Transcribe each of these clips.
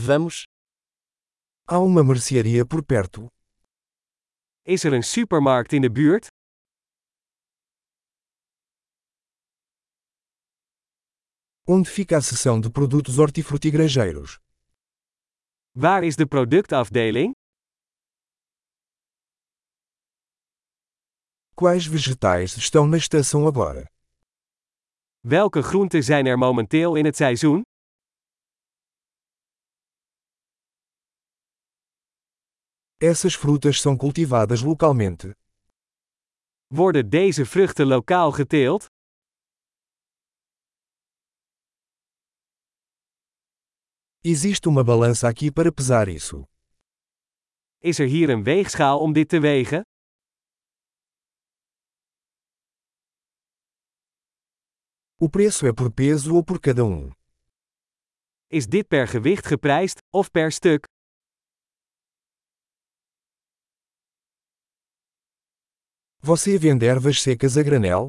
Vamos. Há uma mercearia por perto. Is er een supermarkt in de buurt? Onde fica a seção de produtos hortifrutigranjeiros? Waar is de productafdeling? Quais vegetais estão na estação agora? Welke groenten zijn er momenteel in het seizoen? Essas frutas são cultivadas localmente. Worden deze vruchten lokaal geteeld? Existe uma balança aqui para pesar isso. Is er hier een weegschaal om dit te wegen? O preço é por peso ou por cada um? Is dit per gewicht geprijsd of per stuk? Você vende ervas secas a granel?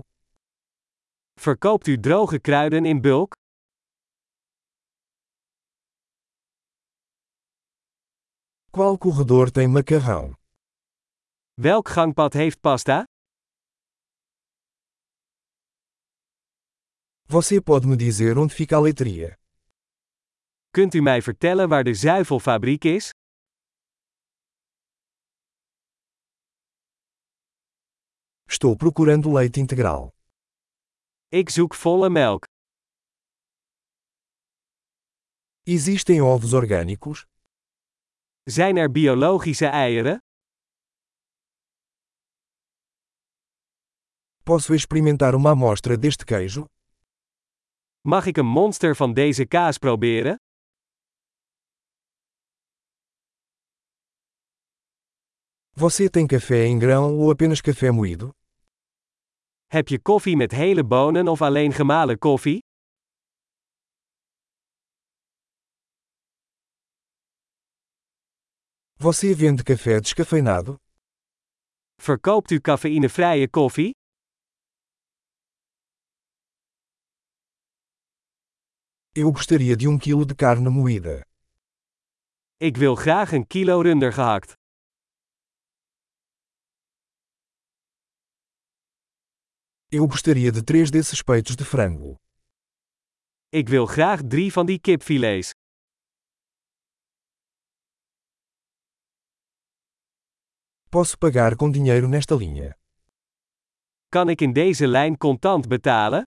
Verkoopt u droge kruiden in bulk? Qual corredor tem macarrão? Welk gangpad heeft pasta? Você pode me dizer onde fica a leitria? Kunt u mij vertellen waar de zuivelfabriek is? Estou procurando leite integral. Ik zoek volle melk. Existem ovos orgânicos? Zijn er biologische eieren? Posso experimentar uma amostra deste queijo? Mag ik een monster van deze kaas proberen? Você tem café em grão ou apenas café moído? Heb je koffie met hele bonen of alleen gemalen koffie? Você vende café descafeinado? Verkoopt u cafeïnevrije koffie? Eu gostaria de um quilo de carne moída. Ik wil graag een kilo runder gehakt. Eu gostaria de três desses peitos de frango. Ik wil graag drie van die kipfilets. Posso pagar com dinheiro nesta linha. Kan ik in deze lijn contant betalen?